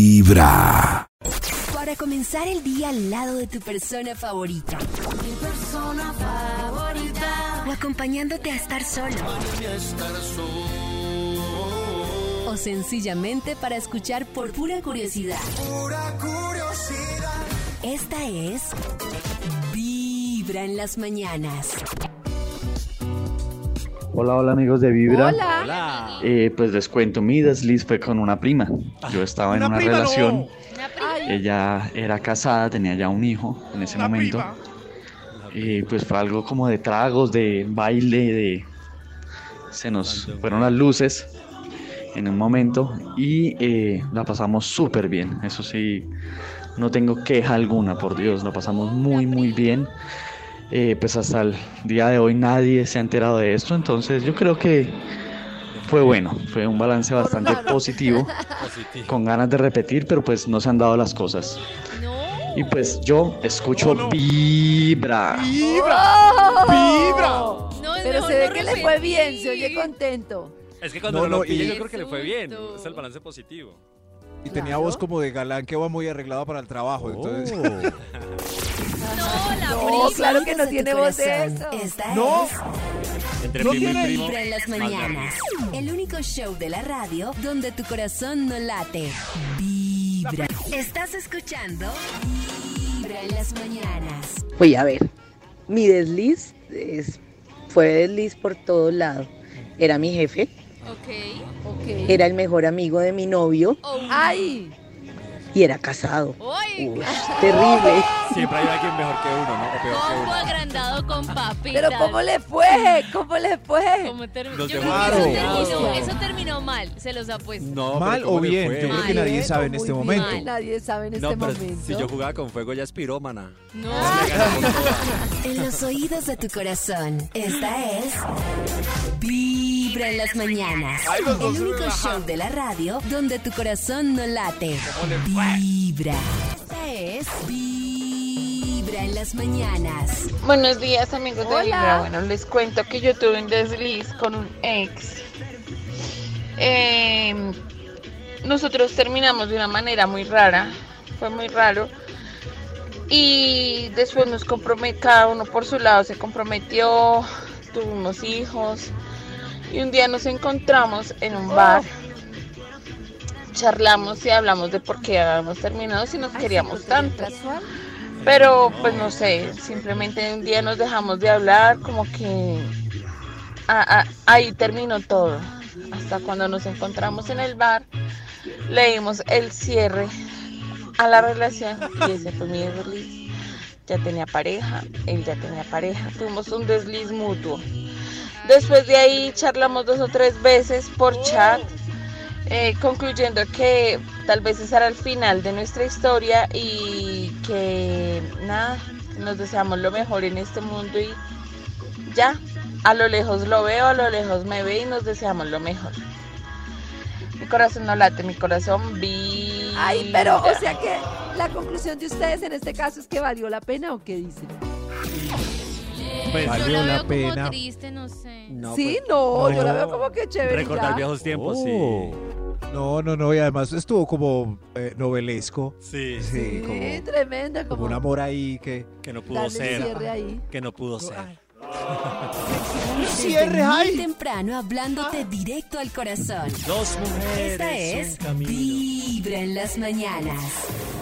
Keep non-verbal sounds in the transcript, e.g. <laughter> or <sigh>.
Vibra. Para comenzar el día al lado de tu persona favorita. Mi persona favorita. O acompañándote a estar solo. O sencillamente para escuchar por pura curiosidad. Pura curiosidad. Esta es Vibra en las mañanas. Hola, hola amigos de Vibra. Hola. Eh, pues les cuento, mi desliz fue con una prima. Yo estaba en Ah, ¡Una una prima, no! relación. Una prima. Ella era casada, tenía ya un hijo en ese Una momento. prima. Y pues fue algo como de tragos, de baile, de... Se nos fueron las luces en un momento y eh, la pasamos súper bien. Eso sí, no tengo queja alguna, por Dios, la pasamos muy, muy bien. Eh, pues hasta el día de hoy nadie se ha enterado de esto, entonces yo creo que fue bueno, fue un balance bastante positivo, con ganas de repetir, pero pues no se han dado las cosas. No. Y pues yo escucho vibra. ¡Vibra! No, Pero se ve que le fue bien, se oye contento. Es que cuando No, lo no, pillé, y- yo creo que le fue bien. Susto. Es el balance positivo. Y tenía Claro. voz como de galán que va muy arreglado para el trabajo. Entonces, <laughs> No, la No, prima. claro que A no tu tiene voz de corazón. eso. Esta ¡No! es Entre No primo y tiene- primo. Vibra en las mañanas. El único show de la radio donde tu corazón no late. Vibra. Estás escuchando Vibra en las mañanas. Voy a ver, Pues mi desliz es- fue desliz por todos lados. Era mi jefe, Ok. Ok. era el mejor amigo de mi novio Oh. ¡Ay! y era casado. Uy, Uy, terrible. siempre hay alguien mejor que uno, ¿no? O peor que combo uno. agrandado con papita. Pero ¿cómo le fue? ¿Cómo le fue? ¿Cómo termi- Los Yo creo dejaron. que eso terminó, eso terminó mal, se los apuesto. No, Mal pero o ¿cómo le bien, fue? yo creo que Ay, nadie Bueno, sabe en este muy bien, momento. Nadie sabe en No, este pero momento. si yo jugaba con fuego ya es pirómana. No. En los oídos de tu corazón, esta es Vibra en las mañanas. Ay, los dos El único relajados. show de la radio donde tu corazón no late. Vibra. Esta es Vibra en las mañanas. Buenos días amigos Hola. de Libra. Bueno, les cuento que yo tuve un desliz con un ex. Eh, nosotros terminamos de una manera muy rara, fue muy raro. Y después nos compromet cada uno por su lado se comprometió, tuvimos hijos. Y un día nos encontramos en un bar. Charlamos y hablamos de por qué habíamos terminado si nos Ay, queríamos sí, tanto. casual. Pero pues no sé, simplemente un día nos dejamos de hablar, como que a- a- ahí terminó todo. Hasta cuando nos encontramos en el bar, leímos el cierre a la relación y ese fue mi desliz. Ya tenía pareja, él ya tenía pareja, tuvimos un desliz mutuo. Después de ahí charlamos dos o tres veces por chat, eh, concluyendo que tal vez ese era el final de nuestra historia y que nada, nos deseamos lo mejor en este mundo y ya, a lo lejos lo veo, a lo lejos me ve y nos deseamos lo mejor. Mi corazón no late, mi corazón vi. Ay, pero o sea que la conclusión de ustedes en este caso es que valió la pena o qué dicen. Pues, Yo Valió la la veo pena. como triste, no sé. sí, no, yo la no. veo como que chévere. recordar ya. viejos tiempos, Oh. No, no, no. Y además estuvo como eh, novelesco. sí. Sí, Sí, Sí, como, tremenda, como, como un amor ahí que. que no pudo darle ser. cierre ahí. Que no pudo ser. Cierre, Muy ay. temprano hablándote directo al corazón. Dos mujeres. Esta es Ah. un camino. Vibra en las mañanas.